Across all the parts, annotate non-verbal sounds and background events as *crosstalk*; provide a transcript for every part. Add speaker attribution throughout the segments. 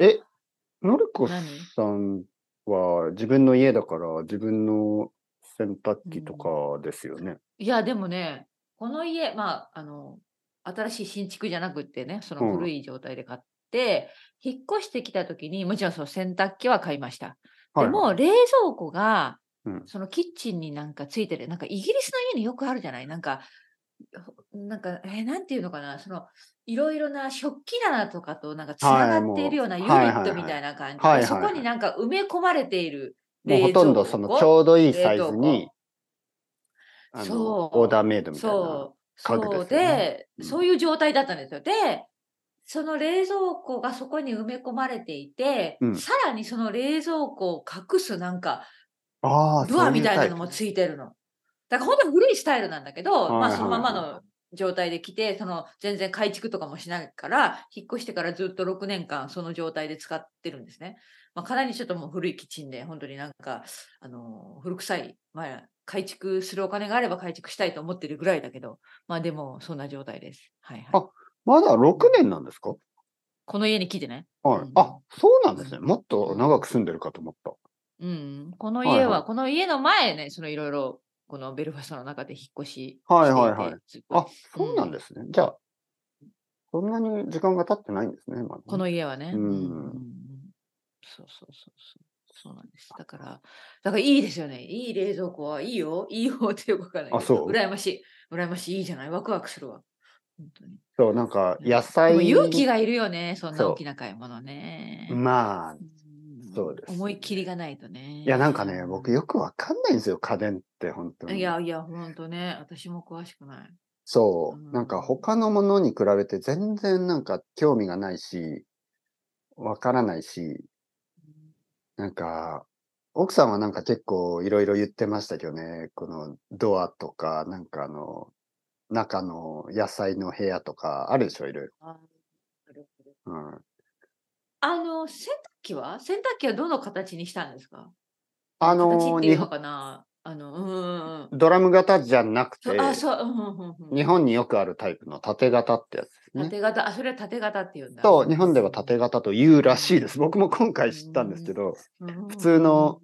Speaker 1: え、のりこさんは自分の家だから自分の洗濯機とかですよね。
Speaker 2: いや、でもね、この家、まあ、あの、新しい新築じゃなくってね、その古い状態で買って、引っ越してきた時に、もちろんその洗濯機は買いました。
Speaker 1: はい
Speaker 2: で
Speaker 1: はい
Speaker 2: も、冷蔵庫が、
Speaker 1: うん
Speaker 2: そのキッチンになんかついてる、なんかイギリスの家によくあるじゃないなんか、ほなんか、えーなんていうのかな、その、いろいろな食器棚とかとなんかつながっているような
Speaker 1: はい
Speaker 2: ユ
Speaker 1: も
Speaker 2: ニ
Speaker 1: うはい
Speaker 2: ッ
Speaker 1: はいは
Speaker 2: ト
Speaker 1: い
Speaker 2: みたいな感じ
Speaker 1: はいはい
Speaker 2: で、そこになんか埋め込まれている
Speaker 1: もうほとんどそのちょうどいいサイズに、あ
Speaker 2: そ
Speaker 1: の
Speaker 2: う
Speaker 1: オーダーメイドみたいな。
Speaker 2: そう
Speaker 1: 家具
Speaker 2: そう
Speaker 1: ですよね
Speaker 2: で、
Speaker 1: うん
Speaker 2: そういう状態だったんですよ。で、その冷蔵庫がそこに埋め込まれていて、
Speaker 1: うん
Speaker 2: さらにその冷蔵庫を隠すなんか
Speaker 1: ああ、
Speaker 2: ドアみたいな
Speaker 1: そ
Speaker 2: の
Speaker 1: うう
Speaker 2: もついてるの。だから本当に古いスタイルなんだけど、
Speaker 1: いはい
Speaker 2: まあそのままの状態で来て、その全然改築とかもしないから、引っ越してからずっと6年間その状態で使ってるんですね。まあかなりちょっともう古いキッチンで、本当になんか、あのー、古臭い、まあ改築するお金があれば改築したいと思ってるぐらいだけど、まあでもそんな状態です。はいはい。
Speaker 1: あまだ6年なんですか
Speaker 2: この家に来てね。
Speaker 1: はい、
Speaker 2: うん
Speaker 1: あ、そうなんですね。もっと長く住んでるかと思った。
Speaker 2: うん、この
Speaker 1: はいはい
Speaker 2: 家は、この家の前ね、そのいろいろ、このベルファストの中で引っ越ししていて。
Speaker 1: はいはいはい
Speaker 2: ずっと
Speaker 1: あ、そうなんですね。じゃあ、そんなに時間が経ってないんですね、まだね
Speaker 2: この家はね。
Speaker 1: うん
Speaker 2: そうそうそうそう。そうなんです。だから、だからいいですよね。いい冷蔵庫はいいよ。いいよってよくわからないけど。
Speaker 1: あそう
Speaker 2: 羨ましい。羨ましい。いいじゃない。ワクワクするわ。本当に。
Speaker 1: そう、なんか野
Speaker 2: で
Speaker 1: 菜。
Speaker 2: も勇気がいるよね。そんな
Speaker 1: そう
Speaker 2: 大きな買い物ね。
Speaker 1: まあ、
Speaker 2: うん
Speaker 1: そうです
Speaker 2: 思い切りがないとね。
Speaker 1: いや、なんかね、僕よくわかんないんですよ、家電って、本当に。
Speaker 2: いやいや、ほんとね。私も詳しくない。
Speaker 1: そうう。
Speaker 2: ん
Speaker 1: なんか他のものに比べて全然なんか興味がないし、わからないし、なんか、奥さんはなんか結構いろいろ言ってましたけどね、このドアとか、なんかあの、中の野菜の部屋とか、あるでしょ、いろいろ。
Speaker 2: あなるほど
Speaker 1: うん。
Speaker 2: あの、洗濯機は洗濯機はどの形にしたんですか形
Speaker 1: あの、
Speaker 2: ってい
Speaker 1: 日
Speaker 2: うの
Speaker 1: 本
Speaker 2: かなあの、うんうんうん。
Speaker 1: ドラム型じゃなくて
Speaker 2: そ、うあ、そう、うんうんうんう
Speaker 1: 日
Speaker 2: ん。
Speaker 1: 本によくあるタイプの縦型ってやつですね。
Speaker 2: 縦型、あ、それは縦型っていうんだ。
Speaker 1: と、日本では縦型というらし
Speaker 2: *laughs*
Speaker 1: いです。僕も今回知ったんですけど、
Speaker 2: うん
Speaker 1: 普通の。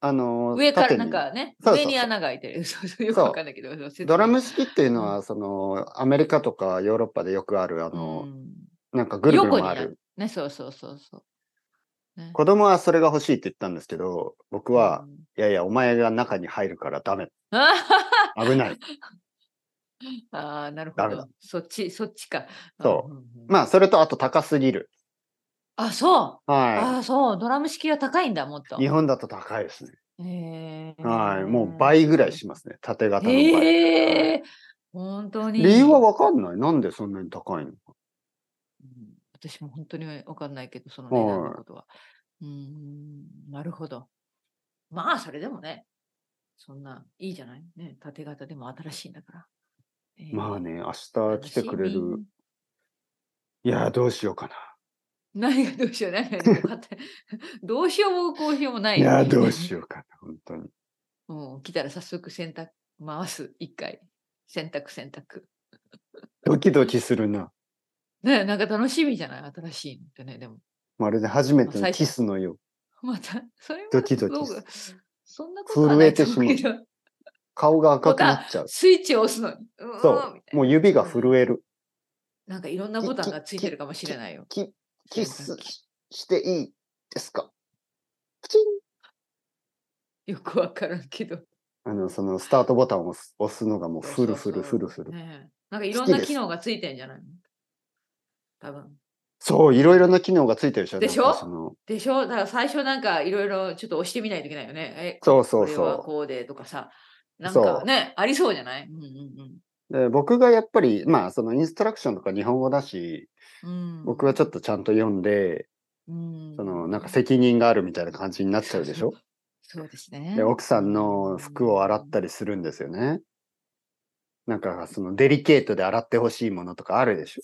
Speaker 1: あの、
Speaker 2: 上から
Speaker 1: 縦
Speaker 2: なん
Speaker 1: に
Speaker 2: かね、
Speaker 1: そうそうそう
Speaker 2: 上に穴が開いてる。 *laughs* そうそう、よくわかんないけど。そう説明
Speaker 1: ドラム式っていうのは、その、アメリカとかヨーロッパでよくある、あ
Speaker 2: う
Speaker 1: の、
Speaker 2: ん
Speaker 1: なんかぐるぐる
Speaker 2: 横に
Speaker 1: 回
Speaker 2: あ
Speaker 1: る
Speaker 2: る。。ね、そうそうそうそう。ね
Speaker 1: 子供はそれが欲しいって言ったんですけど、僕は、
Speaker 2: うん
Speaker 1: いやいや、お前が中に入るから
Speaker 2: *laughs*
Speaker 1: ダメ。
Speaker 2: あ
Speaker 1: 危ない。
Speaker 2: あー、なる
Speaker 1: ダ
Speaker 2: ほ
Speaker 1: メだ
Speaker 2: ど。そっち、そっちか。
Speaker 1: そ
Speaker 2: うんうんうん
Speaker 1: まあ、それとあと高すぎる。
Speaker 2: あ、そう。あ
Speaker 1: は
Speaker 2: あ、そう。ドラム式は高いんだ、もっと
Speaker 1: い。。日本だと高いですね。
Speaker 2: へー
Speaker 1: はい。もう倍ぐらいしますね。縦型の倍。
Speaker 2: へえ本当に。
Speaker 1: 理由はわかんない。なんでそんなに高いのか。
Speaker 2: うん私も本当にわかんないけど、その値段
Speaker 1: は
Speaker 2: の
Speaker 1: い
Speaker 2: ことは。うーん、なるほど。まあ、それでもね、そんな、いいじゃないね、縦型でも新しいんだから。えー
Speaker 1: まあ、ね、明日来てく
Speaker 2: 楽
Speaker 1: れ
Speaker 2: し
Speaker 1: る
Speaker 2: み。。
Speaker 1: いや、どうしようか
Speaker 2: 何がどうしよう、何がどうしよう勝手 *laughs* どうしようもこうしようもな
Speaker 1: な。
Speaker 2: い。
Speaker 1: いや、どうしようかな。本当に。
Speaker 2: う。 *laughs* もう来たら早速洗濯、回す、一回。洗濯、洗濯。
Speaker 1: ドキドキするな。
Speaker 2: ね、なんか楽しみじゃない新しいのってね、でも。
Speaker 1: まるで初めて
Speaker 2: まあ
Speaker 1: の
Speaker 2: 最初
Speaker 1: キスのよう。
Speaker 2: また、それは
Speaker 1: ドキドキ
Speaker 2: どう
Speaker 1: する
Speaker 2: かそんなことはないと思うけど
Speaker 1: 顔が赤くなっちゃう。
Speaker 2: *laughs* スイッチを押すのに。う
Speaker 1: そ
Speaker 2: ーんみた
Speaker 1: う。
Speaker 2: いな
Speaker 1: もう指が震える。
Speaker 2: なんかいろんなボタンがついてるかもしれないよ。
Speaker 1: キ
Speaker 2: キ
Speaker 1: キスしていいですかプチン
Speaker 2: よくわからんけど。
Speaker 1: あの、そのスタートボタンを押す押すのがもうフルフルフルフル。
Speaker 2: ねえなんかいろん
Speaker 1: 好きで
Speaker 2: な
Speaker 1: す
Speaker 2: 機能がついてんじゃないの多分。
Speaker 1: そう、いろいろな機能がついてるでしょ
Speaker 2: でしょ
Speaker 1: なんかその
Speaker 2: でしょだから最初なんかいろいろちょっと押してみないといけないよね。え、
Speaker 1: そうそ
Speaker 2: こ
Speaker 1: う
Speaker 2: れは
Speaker 1: そ
Speaker 2: こうでとかさ。なん
Speaker 1: そ
Speaker 2: か
Speaker 1: う
Speaker 2: ね、ありそうじゃないうんうん
Speaker 1: う。で僕がやっぱり、まあ、そのインストラクションとか日本語だし、
Speaker 2: うん。うん
Speaker 1: 僕はちょっとちゃんと読んで、
Speaker 2: うん、
Speaker 1: その、なんか責任があるみたいな感じになっちゃうでしょ
Speaker 2: そうですね。
Speaker 1: で、奥さんの服を洗ったりするんですよね。なんか、そのデリケートで洗ってほしいものとかあるでしょ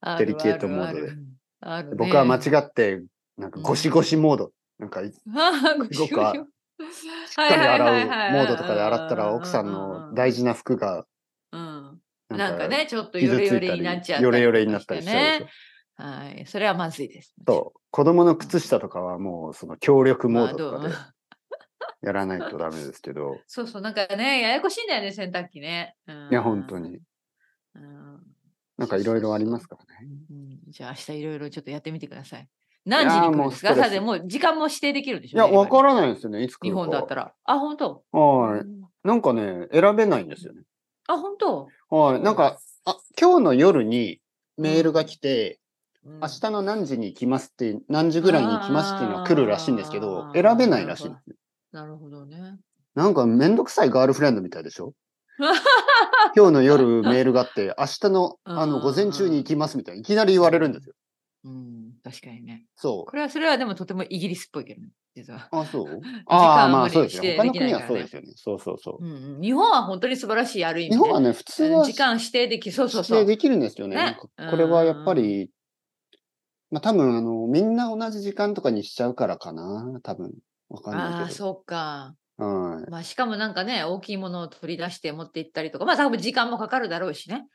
Speaker 2: あ
Speaker 1: デ
Speaker 2: る
Speaker 1: リケートモー
Speaker 2: あ
Speaker 1: ドで
Speaker 2: るあるあるね
Speaker 1: 僕は間違って、なんかゴシゴシモード、なんかいし
Speaker 2: ああ、
Speaker 1: すごくあし
Speaker 2: っ
Speaker 1: っかり洗うモードとかで洗ったら奥さんの大事な服が
Speaker 2: うん。
Speaker 1: な
Speaker 2: なんん
Speaker 1: か
Speaker 2: かね、ちょっとヨ
Speaker 1: 傷つ
Speaker 2: レヨレ
Speaker 1: い
Speaker 2: になったちゃっ
Speaker 1: り、
Speaker 2: た
Speaker 1: ヨ
Speaker 2: り
Speaker 1: レヨレになったりしちゃうでしょ
Speaker 2: ね。はい。それはまずいです。
Speaker 1: と、子供の靴下とかはもう、その協力モ
Speaker 2: ま
Speaker 1: ー
Speaker 2: あ
Speaker 1: ド
Speaker 2: ど
Speaker 1: と
Speaker 2: う *laughs*
Speaker 1: かでやらないとダメですけど、
Speaker 2: そうそう、なんかね、ややこしいんだよね、洗濯機ね。うん
Speaker 1: いや、本当に。。
Speaker 2: うん
Speaker 1: なんかいろいろありますからね。
Speaker 2: うんじゃあ明日いろいろちょっとやってみてください。何時に来るんですか
Speaker 1: もうストレス
Speaker 2: さて、もう時間も指定できるでし
Speaker 1: い
Speaker 2: ょ
Speaker 1: や、わかららないですよね、いつ来
Speaker 2: 日
Speaker 1: るか。
Speaker 2: 本だったら。あ、本当
Speaker 1: は
Speaker 2: う
Speaker 1: い。
Speaker 2: ん
Speaker 1: なんかね、選べないんですよね。
Speaker 2: あ、本当
Speaker 1: はい。なんか、あ、今日の夜にメールが来て、
Speaker 2: 明
Speaker 1: 明日の何時に来ますって、何時ぐらいに来ますっていうのは来るらしいんですけど、選べないらしいんですよ。
Speaker 2: なるほどね。
Speaker 1: なんかめんどくさいガールフレンドみたい
Speaker 2: *laughs*
Speaker 1: でしょ今日の夜メールがあって、明日のあの午前中に行きますみたいな、いきなり言われるんですよ。
Speaker 2: うん、確かにね。
Speaker 1: そ
Speaker 2: これは、それはでもとてもイギリスっぽいけどね、実は。
Speaker 1: う。あ、そう
Speaker 2: 間
Speaker 1: ああ、
Speaker 2: あん
Speaker 1: ま
Speaker 2: ま
Speaker 1: あ
Speaker 2: り
Speaker 1: そうですよ。
Speaker 2: 指定
Speaker 1: 他の
Speaker 2: できな
Speaker 1: 国
Speaker 2: い
Speaker 1: はそう
Speaker 2: からね
Speaker 1: ですよね。そうそうそう。
Speaker 2: うんうん、日本は本当に素晴らしい、ある意味、
Speaker 1: 日
Speaker 2: ね。
Speaker 1: 本はね、普通
Speaker 2: うん
Speaker 1: は
Speaker 2: 時間指定でき、そうそう
Speaker 1: 指
Speaker 2: そ
Speaker 1: 定
Speaker 2: う。
Speaker 1: できるんですよね。
Speaker 2: ね
Speaker 1: なんか
Speaker 2: うん
Speaker 1: これはやっぱり、まあ多分あの、みんな同じ時間とかにしちゃうからかな。多分。わかん
Speaker 2: ああ
Speaker 1: ない
Speaker 2: ー、
Speaker 1: けど。
Speaker 2: そうか。
Speaker 1: はい。
Speaker 2: まあ、しかもなんかね、大きいものを取り出して持って行ったりとか、まあ、多分時間もかかるだろうしね。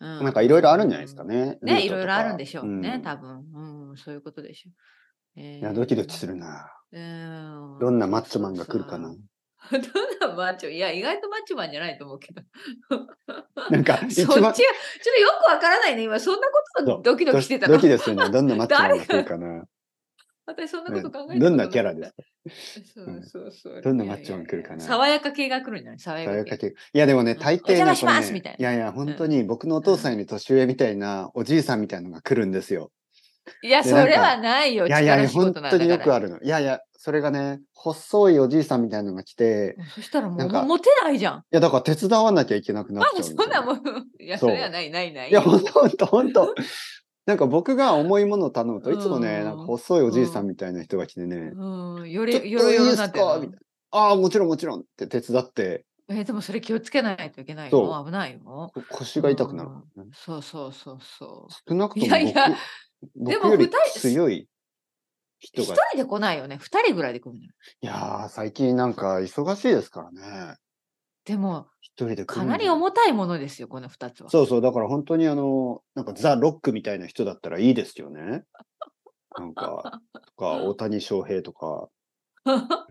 Speaker 2: う
Speaker 1: なんかいろいろあるんじゃないですか。ね。
Speaker 2: ね、いろいろあるんでしょうね、
Speaker 1: 分。
Speaker 2: 多分。うん、そういうことでしょう。え
Speaker 1: いや、ドキドキするな。
Speaker 2: うん
Speaker 1: どんなマッチョマンが来るかな。。
Speaker 2: *laughs* どんなマッチョいや、意外とマッチョマンじゃないと思うけど。
Speaker 1: な
Speaker 2: *laughs*
Speaker 1: んか、
Speaker 2: そ
Speaker 1: 一
Speaker 2: っちは、
Speaker 1: 番
Speaker 2: ちょっとよくわからないね、今。そんなこと
Speaker 1: そう
Speaker 2: ドキドキしてたの
Speaker 1: ドキドキするな。どんなマッチョマンが来るかな。
Speaker 2: 私そんなこと考えたこと
Speaker 1: ねどんなキャラですすか
Speaker 2: そう
Speaker 1: うん
Speaker 2: そうそう。
Speaker 1: どんなマッチョマン来るかない
Speaker 2: やいやいや爽やか系が来るんじゃない爽や
Speaker 1: さや
Speaker 2: か
Speaker 1: か
Speaker 2: 系。
Speaker 1: けいや、でもね、
Speaker 2: ん
Speaker 1: 大
Speaker 2: お
Speaker 1: 抵
Speaker 2: 邪
Speaker 1: ね、
Speaker 2: 魔し
Speaker 1: これ
Speaker 2: ますみた
Speaker 1: ね
Speaker 2: い
Speaker 1: い
Speaker 2: な
Speaker 1: やいや、本当に僕のお父さんより年上みたいなおじいさんみたいのが来るんですよ。
Speaker 2: いや、
Speaker 1: で
Speaker 2: そ
Speaker 1: なんか
Speaker 2: れはないよ。
Speaker 1: いやいや、
Speaker 2: 力仕事
Speaker 1: 本
Speaker 2: なんだ
Speaker 1: 当
Speaker 2: か
Speaker 1: に
Speaker 2: ら
Speaker 1: よくあるの。いやいや、それがね、細いおじいさんみたいのが来て、
Speaker 2: そしたらも
Speaker 1: な
Speaker 2: うん
Speaker 1: か
Speaker 2: もうモテないじゃん。
Speaker 1: いや、だから手伝わなきゃいけなくなっ
Speaker 2: あ
Speaker 1: ちゃうん、です
Speaker 2: そ
Speaker 1: よ
Speaker 2: んなもん。いや、
Speaker 1: そ
Speaker 2: そうれはないないない。
Speaker 1: いや、ほんとほんとほんと。なんか僕が重いものを頼むと、いつもね、
Speaker 2: うん
Speaker 1: なんか細いおじいさんみたいな人が来てね、
Speaker 2: うん、よ
Speaker 1: ちょっと
Speaker 2: り、
Speaker 1: い
Speaker 2: よろよ
Speaker 1: い
Speaker 2: ろに
Speaker 1: です
Speaker 2: なっ
Speaker 1: か
Speaker 2: てるの
Speaker 1: みたいな。ああ、もちろんもちろんって手伝って、
Speaker 2: えーでもそれ気をつけないといけない
Speaker 1: そ
Speaker 2: よ。危ないよ。
Speaker 1: こ腰が痛くなるからね。
Speaker 2: そうそうそうそ
Speaker 1: 少なくとも僕
Speaker 2: いやいや
Speaker 1: 僕
Speaker 2: でも
Speaker 1: より
Speaker 2: 二人。
Speaker 1: 強いう人
Speaker 2: 一
Speaker 1: が。
Speaker 2: 人で来ないよね。二人ぐらいで来るんじゃない
Speaker 1: いやー、最近なんか忙しいですからね。
Speaker 2: でも、
Speaker 1: 一人で来る
Speaker 2: か
Speaker 1: んじゃ
Speaker 2: ないり重たいものですよ、この二つは。
Speaker 1: そうそう、だから本当にあの、なんかザ・ロックみたいな人だったらいいですよね。なんか、と
Speaker 2: *laughs*
Speaker 1: か大谷翔平とか、なんか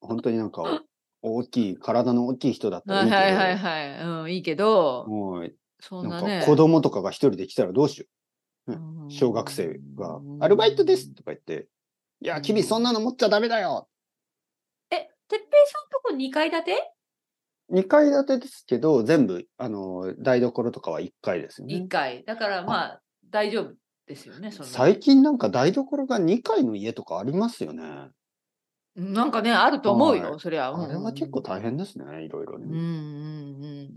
Speaker 1: 本当になんかお大きい、体の大きい人だったら
Speaker 2: はいいはいは
Speaker 1: いけど、
Speaker 2: いはい。うん、いいけど、
Speaker 1: もう
Speaker 2: そん
Speaker 1: な
Speaker 2: なんね。
Speaker 1: か子供とかが一人で来たらどうしよ
Speaker 2: うん
Speaker 1: う。小学生が、アルバイトですとか言って、いや、君そんなの持っちゃダメだよ
Speaker 2: え、てっぺいさんとこ2階建て
Speaker 1: 2階建てですけど、全部、あの、台所とかは1階ですよ
Speaker 2: ?1
Speaker 1: ね。
Speaker 2: 階。だからまあ、大丈夫ですよね、そんな
Speaker 1: 最近なんか台所が2階の家とかありますよね。
Speaker 2: なんかね、あると思う
Speaker 1: は
Speaker 2: よ、そりゃ。うん
Speaker 1: あれは結構大変ですね、いろいろ
Speaker 2: うんう
Speaker 1: ね。
Speaker 2: ん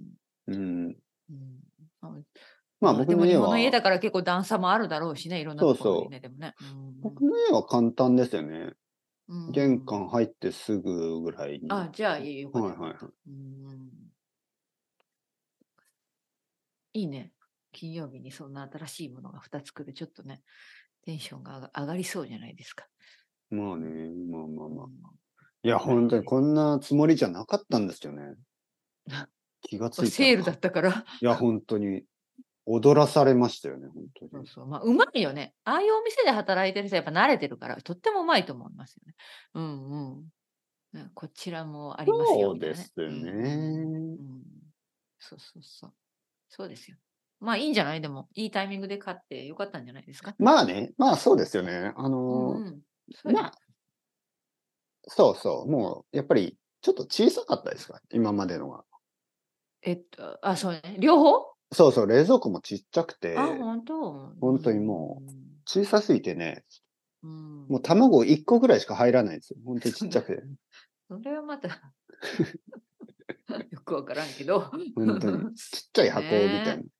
Speaker 2: うん
Speaker 1: うん。
Speaker 2: うん。
Speaker 1: まあ
Speaker 2: うん
Speaker 1: 僕
Speaker 2: でも
Speaker 1: の
Speaker 2: 日
Speaker 1: 家
Speaker 2: 本の家
Speaker 1: は、
Speaker 2: だから結構段差もあるだろうしね、いろんなところにね、でもね。
Speaker 1: 僕の家は簡単ですよね。
Speaker 2: うんうん
Speaker 1: 玄関入ってすぐぐらいに。
Speaker 2: あ、じゃあいいよ。
Speaker 1: はいはいはい
Speaker 2: うんいいね。金曜日にそんな新しいものが2つ来る。ちょっとね、テンションが上が上がりそうじゃないですか。
Speaker 1: い。まあね、まあまあまあ
Speaker 2: う。ん
Speaker 1: いや、本当にこんなつもりじゃなかったんです
Speaker 2: *laughs*
Speaker 1: よね。気がついたら。
Speaker 2: セールだったから。
Speaker 1: いや、本当に。踊らされましたよね、本当
Speaker 2: そう
Speaker 1: に。
Speaker 2: そう。まあ、うまいよね。ああいうお店で働いてる人はやっぱ慣れてるから、とってもうまいと思いますよね。うんうんうん。こちらもありますよ
Speaker 1: そう
Speaker 2: みたい
Speaker 1: で
Speaker 2: なね。
Speaker 1: すね。
Speaker 2: うんうんうんそうそうそう。そうですよ。まあいいんじゃないでも、いいタイミングで買ってよかったんじゃないですか。
Speaker 1: まあね、まあそうですよね。あの
Speaker 2: う
Speaker 1: ー
Speaker 2: んうん。そうよ
Speaker 1: まあ、そうそう、もうやっぱりちょっと小さかったですか、今までのが。
Speaker 2: えっと、あ、そうね。両方
Speaker 1: そうそう、冷蔵庫もちっちゃくて、
Speaker 2: あ、本当
Speaker 1: 本当にも小さすぎてね、
Speaker 2: うん。うん
Speaker 1: もう卵1個ぐらいしか入らないんですよ。本当にちっち
Speaker 2: *laughs*
Speaker 1: ゃくて。
Speaker 2: それはま
Speaker 1: *laughs*
Speaker 2: た *laughs* よくわからんけど。
Speaker 1: 本当にちっちゃい箱みたいな
Speaker 2: ね。 *laughs*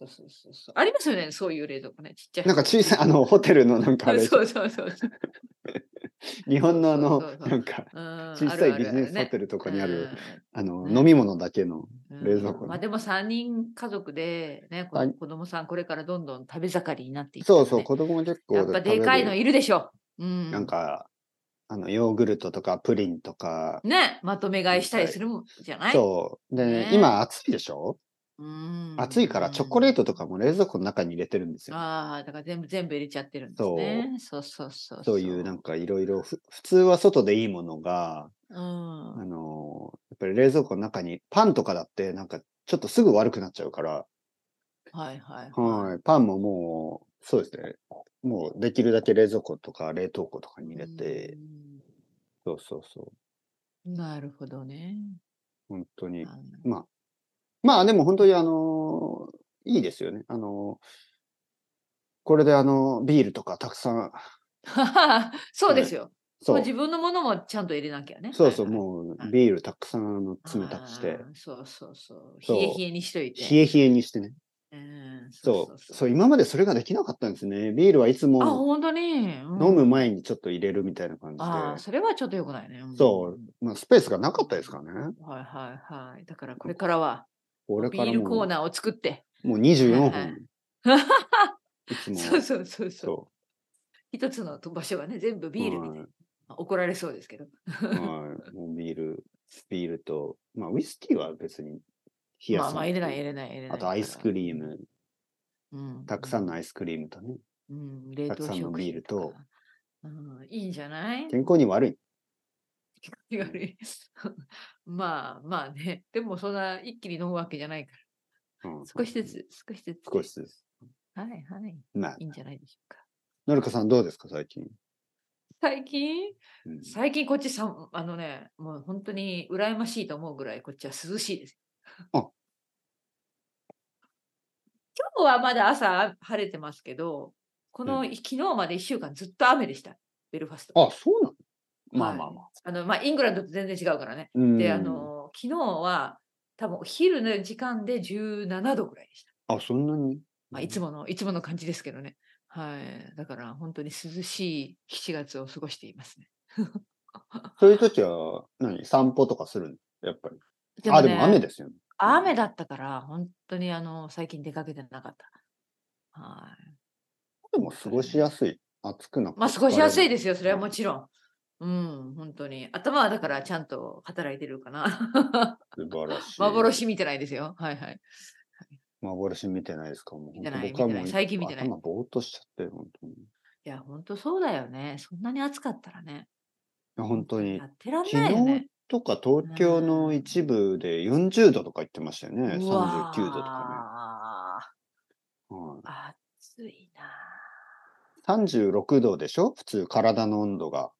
Speaker 2: そうそうそうそう。ありますよね、そういう冷蔵庫ね。ちっちゃい。
Speaker 1: なんか小さい、あの、ホテルのなんかあれ、
Speaker 2: *laughs* そうそうそうそう。
Speaker 1: 日本のあの
Speaker 2: そうそう、そう
Speaker 1: なんか、
Speaker 2: 小
Speaker 1: 小さいビジネスホテルとかにある、あの、
Speaker 2: ね
Speaker 1: 飲み物だけの。冷蔵庫ね
Speaker 2: まあでも3人家族で、ね、こ
Speaker 1: あ
Speaker 2: 子供さんこれからどんどん食べ盛りになっていくから
Speaker 1: そ
Speaker 2: ね、
Speaker 1: うそう、子供が結構
Speaker 2: やっぱでかいのいるでしょ。うん。
Speaker 1: なんか、あの、ヨーグルトとかプリンとか、
Speaker 2: ね、まとめ買いしたりするもんじゃない
Speaker 1: そう。で、
Speaker 2: ね
Speaker 1: 今暑いでしょ暑いからチョコレートとか
Speaker 2: も。
Speaker 1: も冷蔵庫の中に入れてるんですよ。
Speaker 2: ああ、だから全部全部入れちゃってるんですね。そうそうそう
Speaker 1: そういうなんかいろいろ、ふ普通は外でいいものが、
Speaker 2: うん
Speaker 1: あのーやっぱり冷蔵庫の中に、パンとかだってなんかちょっとすぐ悪くなっちゃうから、
Speaker 2: はいはい。
Speaker 1: はい、パンももう、そうですね。もうできるだけ冷蔵庫とか冷凍庫とかに入れて、そうそうそう。
Speaker 2: うん。なるほどね。
Speaker 1: 本当に。
Speaker 2: あの *laughs*
Speaker 1: まあ、まあでも本当にあのーいいですよね。あのーこれであのービールとかたくさん、
Speaker 2: そうですよ。
Speaker 1: そ
Speaker 2: もう
Speaker 1: う、
Speaker 2: 自分のものもちゃんと入れなきゃね。
Speaker 1: そうそう、
Speaker 2: はいはい
Speaker 1: もう
Speaker 2: はい
Speaker 1: ビールたくさんあの冷たくして
Speaker 2: あ、ーそうそうそう。
Speaker 1: そう
Speaker 2: 冷え冷えにしといて。
Speaker 1: 冷え冷えにしてね。
Speaker 2: うん
Speaker 1: そう、そう、今までそれができなかったんですね。ビールはいつ
Speaker 2: あ、
Speaker 1: も
Speaker 2: 本当に。飲
Speaker 1: 飲む前にちょっと入れるみたいな感じ
Speaker 2: ああ、
Speaker 1: で、
Speaker 2: それはちょっと良くないね。うん
Speaker 1: そうまあ、スペースがなかったですからね。
Speaker 2: はいはいはい。だからこれからは
Speaker 1: 俺
Speaker 2: ビ
Speaker 1: から
Speaker 2: ールコ
Speaker 1: も
Speaker 2: ー
Speaker 1: う
Speaker 2: ナーを作って。
Speaker 1: もう24
Speaker 2: はいはい
Speaker 1: 分。いつも。
Speaker 2: そうそうそうそう。
Speaker 1: そ
Speaker 2: 一つの場所がね、全部
Speaker 1: う
Speaker 2: ビールみたいな。まあ怒られそうですけど。
Speaker 1: はいはいもうビール、ビールと、まあ、ウイスキーは別に冷や
Speaker 2: まあ
Speaker 1: さ
Speaker 2: まあ
Speaker 1: な
Speaker 2: 入
Speaker 1: い
Speaker 2: れない入れない入れない。
Speaker 1: あとアイスクリーム、
Speaker 2: うん。
Speaker 1: たくさんのアイスクリームとね、
Speaker 2: うん、冷
Speaker 1: たく
Speaker 2: 凍
Speaker 1: さんの
Speaker 2: 食
Speaker 1: ビー
Speaker 2: 品
Speaker 1: ル
Speaker 2: か
Speaker 1: と
Speaker 2: うん、いいんじゃない
Speaker 1: 健康に悪い。
Speaker 2: 気軽に *laughs* まあまあね、でもそんな一気に飲むわけじゃないから、
Speaker 1: うん
Speaker 2: 少しずつ、少しずつ。
Speaker 1: 少しずつ。
Speaker 2: はいはい、
Speaker 1: まあ
Speaker 2: いい、んじゃないでしょうか。
Speaker 1: のりかさんどうですか、最近。
Speaker 2: 最近、
Speaker 1: うん
Speaker 2: 最近こっちさ、あのね、もう本当に羨ましいと思うぐらい、こっちは涼しいです。
Speaker 1: あ
Speaker 2: 今日はまだ朝晴れてますけど、この、
Speaker 1: う
Speaker 2: 昨日まで1週間ずっと雨でした、ベルファスト。
Speaker 1: あ、そうなのまあまあまあ。
Speaker 2: あのまあ、イングランドと全然違うからね。
Speaker 1: うん
Speaker 2: で、あの、昨日は多分お昼の時間で17度ぐらいでした。
Speaker 1: あ、そんなに、
Speaker 2: まあ、いつもの、いつもの感じですけどね。はい。だから本当に涼しい7月を過ごしていますね。
Speaker 1: そういう時は、何散歩とかするのやっぱり。あ、でも雨
Speaker 2: だ。
Speaker 1: ですよね。
Speaker 2: 雨だったから、本当にあの、最近出かけてなかった。はい。
Speaker 1: でも過ごしやすい。暑くなくて。
Speaker 2: まあ、過ごしやすいですすよ。それはもちろん。うん、本当に。頭はだからちゃんと働いてるか
Speaker 1: *laughs*
Speaker 2: な。
Speaker 1: 素晴らしい。
Speaker 2: 幻見てないですよ。はいはい。
Speaker 1: 幻見てないですかもう
Speaker 2: 見てない
Speaker 1: 本当僕は
Speaker 2: 見てな
Speaker 1: も
Speaker 2: いう最近見てない
Speaker 1: 頭ぼーっとしちゃってる、本当に。い
Speaker 2: いや、本当そうだよね。そんなに暑かったらね。
Speaker 1: や本当に
Speaker 2: や。ってらん
Speaker 1: 昨
Speaker 2: ないよ
Speaker 1: 日
Speaker 2: ね。
Speaker 1: とか東京の一部で40度とか言ってましたよね。
Speaker 2: う
Speaker 1: 39
Speaker 2: わ
Speaker 1: 度とかね、はい
Speaker 2: ー暑いなあ。
Speaker 1: 36度でしょ普通体の温度が。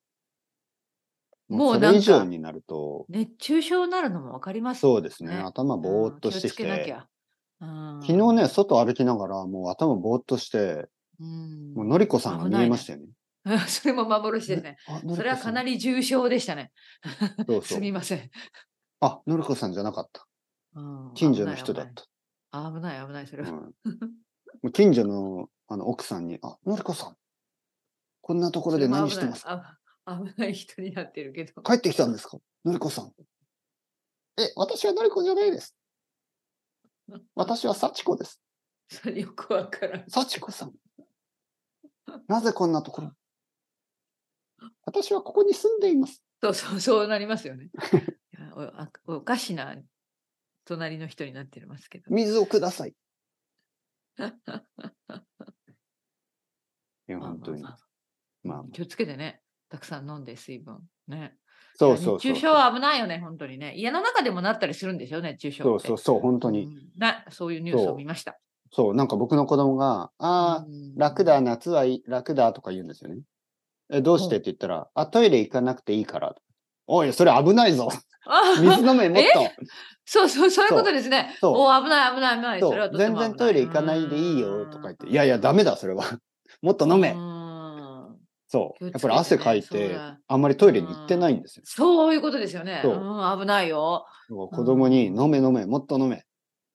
Speaker 2: も
Speaker 1: も
Speaker 2: う
Speaker 1: うそ
Speaker 2: なんか
Speaker 1: れ以上になると、
Speaker 2: 熱中症になるのもわかります
Speaker 1: そうですね。
Speaker 2: ね
Speaker 1: 頭ぼーっとしてき
Speaker 2: うん気をつけなき
Speaker 1: て。
Speaker 2: ゃ。うん
Speaker 1: 昨日ね、、外歩きながら、もう頭ぼーっとして、
Speaker 2: うん
Speaker 1: もうのりこさんが見えましたよね。
Speaker 2: *laughs* それも幻ですね。
Speaker 1: あ
Speaker 2: それはかな
Speaker 1: り。
Speaker 2: り重症でしたね。
Speaker 1: そうそ
Speaker 2: す
Speaker 1: う
Speaker 2: みません。
Speaker 1: あ、のりこさんじゃなかった。
Speaker 2: うん
Speaker 1: 近所の人だっ。
Speaker 2: 危ない危ない危ない危ない、それ
Speaker 1: た。
Speaker 2: は。
Speaker 1: うん
Speaker 2: *laughs*
Speaker 1: もう近所のあの奥さんに、あ、のりこさん、こんなところで何してますか
Speaker 2: か危ない人になってるけど。
Speaker 1: 帰ってきたんですかのりこさん。え、私はのりこじゃないです。私は幸子です。
Speaker 2: それよくわからん。
Speaker 1: 幸
Speaker 2: *laughs*
Speaker 1: 子さん。なぜこんなところ私はここに住んでいます。
Speaker 2: そうそう、そうなります
Speaker 1: *laughs*
Speaker 2: よね。いやおあおかしな隣の人になってますけど。
Speaker 1: 水をくだ *laughs* さい。いや、
Speaker 2: まあまあ
Speaker 1: 本当に。ま
Speaker 2: ま
Speaker 1: あ
Speaker 2: あ気をつけてね。たくさん飲んで、水分。ね。
Speaker 1: そうそうそう。
Speaker 2: 熱中症は危ないよね、本当にね。家の中でもなったりするんですよ、熱中症
Speaker 1: そ
Speaker 2: っ
Speaker 1: う
Speaker 2: て。
Speaker 1: そうそう、本当
Speaker 2: う
Speaker 1: に。
Speaker 2: んなそういうニュースを見ました。
Speaker 1: そう、なんか僕の子供が、ああ、
Speaker 2: うん *laughs*
Speaker 1: 楽だ、。夏はいい楽だとか言うんですよね。え、どうして
Speaker 2: う
Speaker 1: って言ったら、あ、トイレ行かなくていいから。おい、それ危ないぞ。 *laughs*
Speaker 2: あ
Speaker 1: 水飲め、もっと。
Speaker 2: そうそう、そういうことですね。
Speaker 1: そう
Speaker 2: お危ない、危ない、危ない。
Speaker 1: *laughs* そ
Speaker 2: それは
Speaker 1: う
Speaker 2: とて
Speaker 1: 全
Speaker 2: も危ない
Speaker 1: 然トイレ行かないでいいよとか言って、いやいや、ダメだ、それは。 *laughs* もっと
Speaker 2: うーん
Speaker 1: 飲め。
Speaker 2: う
Speaker 1: そう。
Speaker 2: 気
Speaker 1: や
Speaker 2: をつけ
Speaker 1: っぱ
Speaker 2: てね
Speaker 1: り汗かい
Speaker 2: そう
Speaker 1: て
Speaker 2: だ、
Speaker 1: あんまりトイレに行ってないんですよ
Speaker 2: ん。そういうことですよね。う、
Speaker 1: そうん
Speaker 2: 危ないよ。
Speaker 1: もう子供に、
Speaker 2: うん
Speaker 1: 飲め飲め、もっと飲め。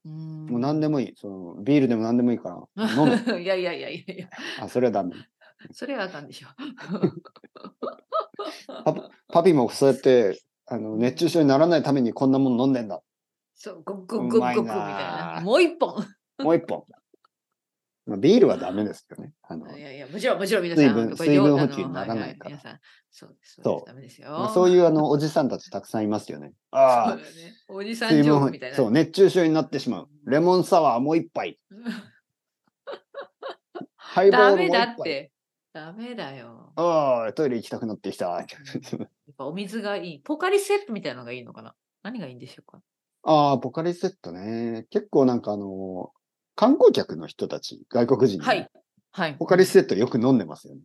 Speaker 2: も
Speaker 1: もう何でもいい。そのビールでも何でもいいから、
Speaker 2: *laughs*
Speaker 1: 飲め。
Speaker 2: いやいやいやいやいや、
Speaker 1: あ、それはダメ。
Speaker 2: それはあかんでしょ。
Speaker 1: パ
Speaker 2: *laughs*
Speaker 1: パパピもそうやって、あの、熱中症にならないためにこんなもの飲んでんだ。
Speaker 2: そう、ごっごっごっごっごっみたいう
Speaker 1: まいな
Speaker 2: な。*laughs*
Speaker 1: あ
Speaker 2: もう一本。
Speaker 1: もう一本。まあ、ビールはダメですよね。あの
Speaker 2: いやいや、もちろん、もちろん皆さん、
Speaker 1: 水分
Speaker 2: これよう
Speaker 1: 水分補給にな
Speaker 2: あ
Speaker 1: らない
Speaker 2: のはは
Speaker 1: から
Speaker 2: 皆さん、そうです。
Speaker 1: そう
Speaker 2: そうですダメですよ。
Speaker 1: まあそういうあのおじさんたちたくさんいますよね。
Speaker 2: *laughs* そうだ
Speaker 1: ああ
Speaker 2: よ、ね。おじさん
Speaker 1: 水
Speaker 2: ジョ
Speaker 1: 分
Speaker 2: ー
Speaker 1: 補
Speaker 2: クみたいな。
Speaker 1: そう、熱中症になってしまう。レモンサワーもう一杯。ハイボー
Speaker 2: ダ
Speaker 1: ルもう
Speaker 2: メ
Speaker 1: 一
Speaker 2: だ
Speaker 1: 杯
Speaker 2: っ。て。ダメだよ。
Speaker 1: ああ、トイレ行きたくなってきた。 *laughs*
Speaker 2: やっぱお水がいい。ポカリセットみたいなのがいいのかな何がいいんでしょうか
Speaker 1: ああ、ポカリセットね。結構なんかあの、観光客の人たち、外国人、
Speaker 2: はい。。はい。
Speaker 1: ポカリセットよく飲んでますよね。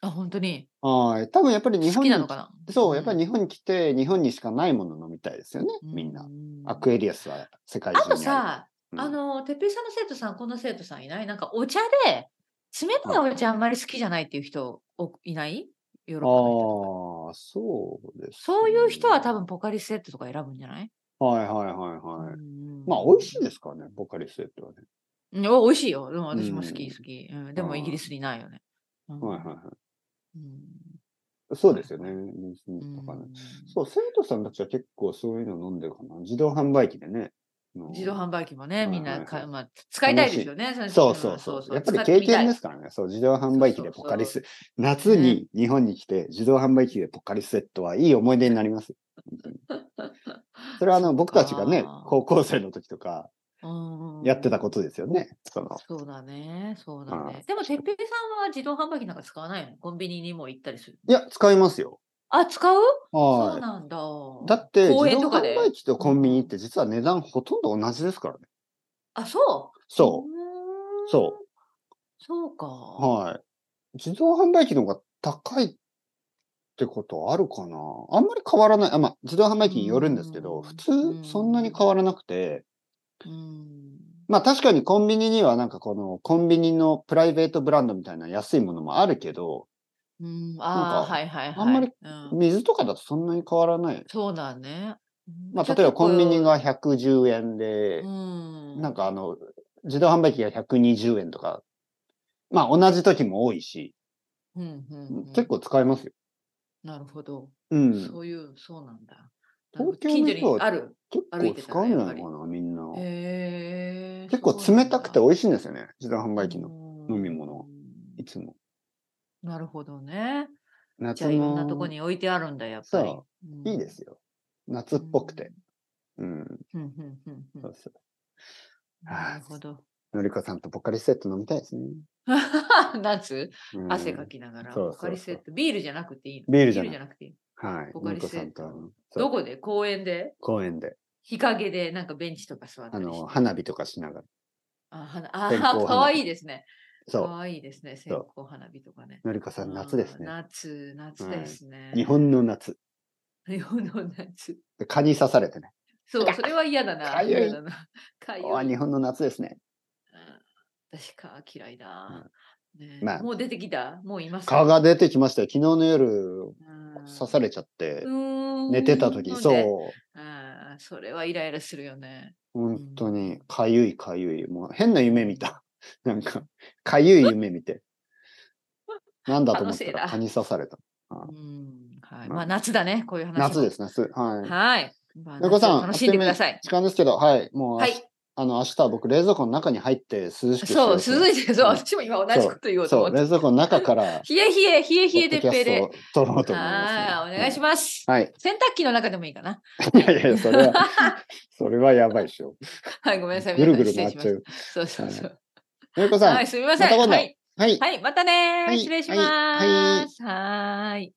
Speaker 2: あ、本当に。
Speaker 1: はい。多分やっぱり日
Speaker 2: 好
Speaker 1: 本
Speaker 2: き
Speaker 1: に
Speaker 2: なのかな
Speaker 1: そう、やっぱり
Speaker 2: 日
Speaker 1: 日本に来て、日本にしかないもの飲みたいですよね、みんな。アクエリアスは世界中
Speaker 2: あ
Speaker 1: にある。
Speaker 2: とさ、
Speaker 1: うん
Speaker 2: あの、てっぺいさんの生徒さん、こんな生徒さんいないなんかお茶で、冷たいお茶あんまり好きじゃないっていう人おいないヨーロッパの人とか。
Speaker 1: ああ、そうです、
Speaker 2: そういう人は多。分ポカリスエットとか選ぶんじゃない
Speaker 1: はいはいはいはい。まあ、美味しいですからね、ポカリスエットはね。
Speaker 2: い。うんお美味しいよ。でも私も好
Speaker 1: うん
Speaker 2: き、好き。うんでも
Speaker 1: あー
Speaker 2: イギリスにないよね。うん
Speaker 1: はいはいは
Speaker 2: うん
Speaker 1: い。そうですよね、ニュースミンとかね
Speaker 2: う。ん
Speaker 1: そう、生徒さんたちは結構そういうの飲んでるかな。自動販売機でね。うん
Speaker 2: 自動販売機も
Speaker 1: い
Speaker 2: ね、みん
Speaker 1: は
Speaker 2: な
Speaker 1: いはい
Speaker 2: か、まあ、使いたいですよね。の
Speaker 1: そう
Speaker 2: システム
Speaker 1: そ
Speaker 2: は
Speaker 1: うそう。やっぱり経験ですからね。そう、自動販売機でポカリス。夏に日本に来て、自動販売機でポカリスエットはいい思い出になりますよ。本当に *laughs* それはあの、僕たちがね
Speaker 2: あ、ー
Speaker 1: 高校生の時とかやってた
Speaker 2: こ
Speaker 1: ことですよね。その、
Speaker 2: と。そうだね、そうだ
Speaker 1: う
Speaker 2: ね。でも、てっぺいさんは自動販売機なんか使わないのコンビニにも行ったりする。
Speaker 1: いや、使いますよ。
Speaker 2: あ、使うそう
Speaker 1: は
Speaker 2: なんだ。
Speaker 1: い。だって、
Speaker 2: 公
Speaker 1: 自
Speaker 2: 園と
Speaker 1: 動
Speaker 2: かで
Speaker 1: 販売機とコンビニって実は値段ほとんど同じですからね。
Speaker 2: あ、そう。。
Speaker 1: そうう。そう
Speaker 2: そうか。
Speaker 1: う。はい。自動販売機の方が高いってことあるかなあんまり変わらない。あまあ、自動販売機によるんですけ
Speaker 2: う
Speaker 1: ど、
Speaker 2: ん
Speaker 1: 普通そんなに変わらなくて、
Speaker 2: うん。
Speaker 1: まあ確かにコンビニにはなんかこのコンビニのプライベートブランドみたいな安いものもあるけど、
Speaker 2: うん、あ
Speaker 1: な
Speaker 2: あ、
Speaker 1: んか
Speaker 2: はいはいはい。
Speaker 1: あんまり
Speaker 2: うん、
Speaker 1: 水とかだとそんなに変わらない。
Speaker 2: そうだね。うん
Speaker 1: ま
Speaker 2: じ
Speaker 1: あ
Speaker 2: ゃ
Speaker 1: 例えばコンビニが
Speaker 2: 結
Speaker 1: 110円で
Speaker 2: 構、うん、
Speaker 1: なんかあの、自動販売機が120円とか、まあ同じ時も多いし、
Speaker 2: うんうんうん、
Speaker 1: 結構使えますよ。
Speaker 2: なるほど、
Speaker 1: うん。
Speaker 2: そういう、そうなんだ。なん
Speaker 1: 東
Speaker 2: か近
Speaker 1: 京の
Speaker 2: 所
Speaker 1: 人
Speaker 2: にあ
Speaker 1: は
Speaker 2: る。
Speaker 1: 結
Speaker 2: 歩い
Speaker 1: 構
Speaker 2: てた
Speaker 1: 使うんじゃない
Speaker 2: や
Speaker 1: の
Speaker 2: っ
Speaker 1: かな、みんな。
Speaker 2: へえ
Speaker 1: 結構冷たくて美味しいんですよね、自動販売機の
Speaker 2: の
Speaker 1: 飲み物は。いつも。
Speaker 2: なるほどね。じ
Speaker 1: 夏
Speaker 2: ゃあいろん
Speaker 1: の
Speaker 2: なとこに置いてあるんだ、やっぱり。
Speaker 1: そ
Speaker 2: うん
Speaker 1: いいですよ。夏っぽくて。。うん。
Speaker 2: うんうんうんうん
Speaker 1: そ
Speaker 2: うん
Speaker 1: うそう
Speaker 2: なるほど。
Speaker 1: のりこさんとポカリスエット飲みたいですね。
Speaker 2: 夏、
Speaker 1: うん
Speaker 2: 汗かきながら、
Speaker 1: そうそう
Speaker 2: ポ
Speaker 1: そう
Speaker 2: カリスエット、ビールじゃなくていいの
Speaker 1: ビールじゃない
Speaker 2: くていいの。
Speaker 1: はい。
Speaker 2: ポ
Speaker 1: の
Speaker 2: カ
Speaker 1: り
Speaker 2: リ
Speaker 1: こ
Speaker 2: スエ
Speaker 1: さん
Speaker 2: ッ
Speaker 1: と
Speaker 2: ト
Speaker 1: あの
Speaker 2: ど
Speaker 1: そう
Speaker 2: こで公園で
Speaker 1: 公園で、
Speaker 2: 日陰でなんかベンチとか座って
Speaker 1: あの、花火とかしながら。
Speaker 2: あ花
Speaker 1: 線香
Speaker 2: あ
Speaker 1: 花
Speaker 2: ー、かわいいですね。か
Speaker 1: そ
Speaker 2: わいいですね。線香花火とかね。
Speaker 1: う。のりこさん、夏ですね。
Speaker 2: あー夏、夏
Speaker 1: はい
Speaker 2: ですね。
Speaker 1: 日本の夏。
Speaker 2: *laughs* 日本の夏。 *laughs*
Speaker 1: で蚊に刺されてね。
Speaker 2: そう、それは嫌だな。
Speaker 1: かゆい
Speaker 2: 嫌だな。 *laughs* かゆい
Speaker 1: あ日本の夏ですね。
Speaker 2: うん私か、嫌いだ。ねえ
Speaker 1: まあ
Speaker 2: もう出てきたもういます
Speaker 1: 蚊が出てきましたよ。昨日の夜、刺さ
Speaker 2: れ
Speaker 1: れちゃって、
Speaker 2: 寝
Speaker 1: 寝てた時、そう。
Speaker 2: あーそれはイライラするよね。
Speaker 1: 本当に、かゆいかゆい。もう変な夢見た。 *laughs* なんか、かゆい夢見て。なんだと
Speaker 2: 可能
Speaker 1: 思った
Speaker 2: 性だ
Speaker 1: ら蚊に刺された。
Speaker 2: うんはい、
Speaker 1: まあ
Speaker 2: まあ夏だね、こういう話も。
Speaker 1: 夏です、夏。は
Speaker 2: はい。まあ
Speaker 1: い。猫さ
Speaker 2: 夏
Speaker 1: ん、
Speaker 2: を楽しんでくださ
Speaker 1: あっ
Speaker 2: い
Speaker 1: という間に。時間ですけど、はい。もう、
Speaker 2: はい
Speaker 1: あし、あの、明日は僕、冷蔵庫の中に入って涼しくして
Speaker 2: そう、
Speaker 1: ですね
Speaker 2: 涼しい。そう、
Speaker 1: うん
Speaker 2: 私も今同じこと言おうと
Speaker 1: そ
Speaker 2: 思
Speaker 1: う、
Speaker 2: って。
Speaker 1: 冷蔵庫の中から、
Speaker 2: 冷え冷え、冷え冷えで
Speaker 1: ポッ
Speaker 2: っ
Speaker 1: ドキ
Speaker 2: ぺ
Speaker 1: ャスト
Speaker 2: で。
Speaker 1: を撮ろうと思います、
Speaker 2: はい、お願いし
Speaker 1: ま
Speaker 2: ます。
Speaker 1: す。はい。 *laughs*
Speaker 2: 洗濯機の中でもいいかな。
Speaker 1: いやいやいや、それは、それはやばいでしょ。
Speaker 2: *laughs* はい、ごめんなさい。
Speaker 1: ぐるぐる
Speaker 2: 皆
Speaker 1: 回
Speaker 2: さ
Speaker 1: っ
Speaker 2: ん
Speaker 1: ちゃう。
Speaker 2: 失礼しましたそうそう
Speaker 1: のり
Speaker 2: そ
Speaker 1: こ
Speaker 2: う。
Speaker 1: さん、
Speaker 2: はい、すみません。
Speaker 1: また今度
Speaker 2: はい、
Speaker 1: はい。
Speaker 2: はい、またねー
Speaker 1: はい
Speaker 2: 失礼し
Speaker 1: はいは
Speaker 2: ま
Speaker 1: い
Speaker 2: ーす。はーい。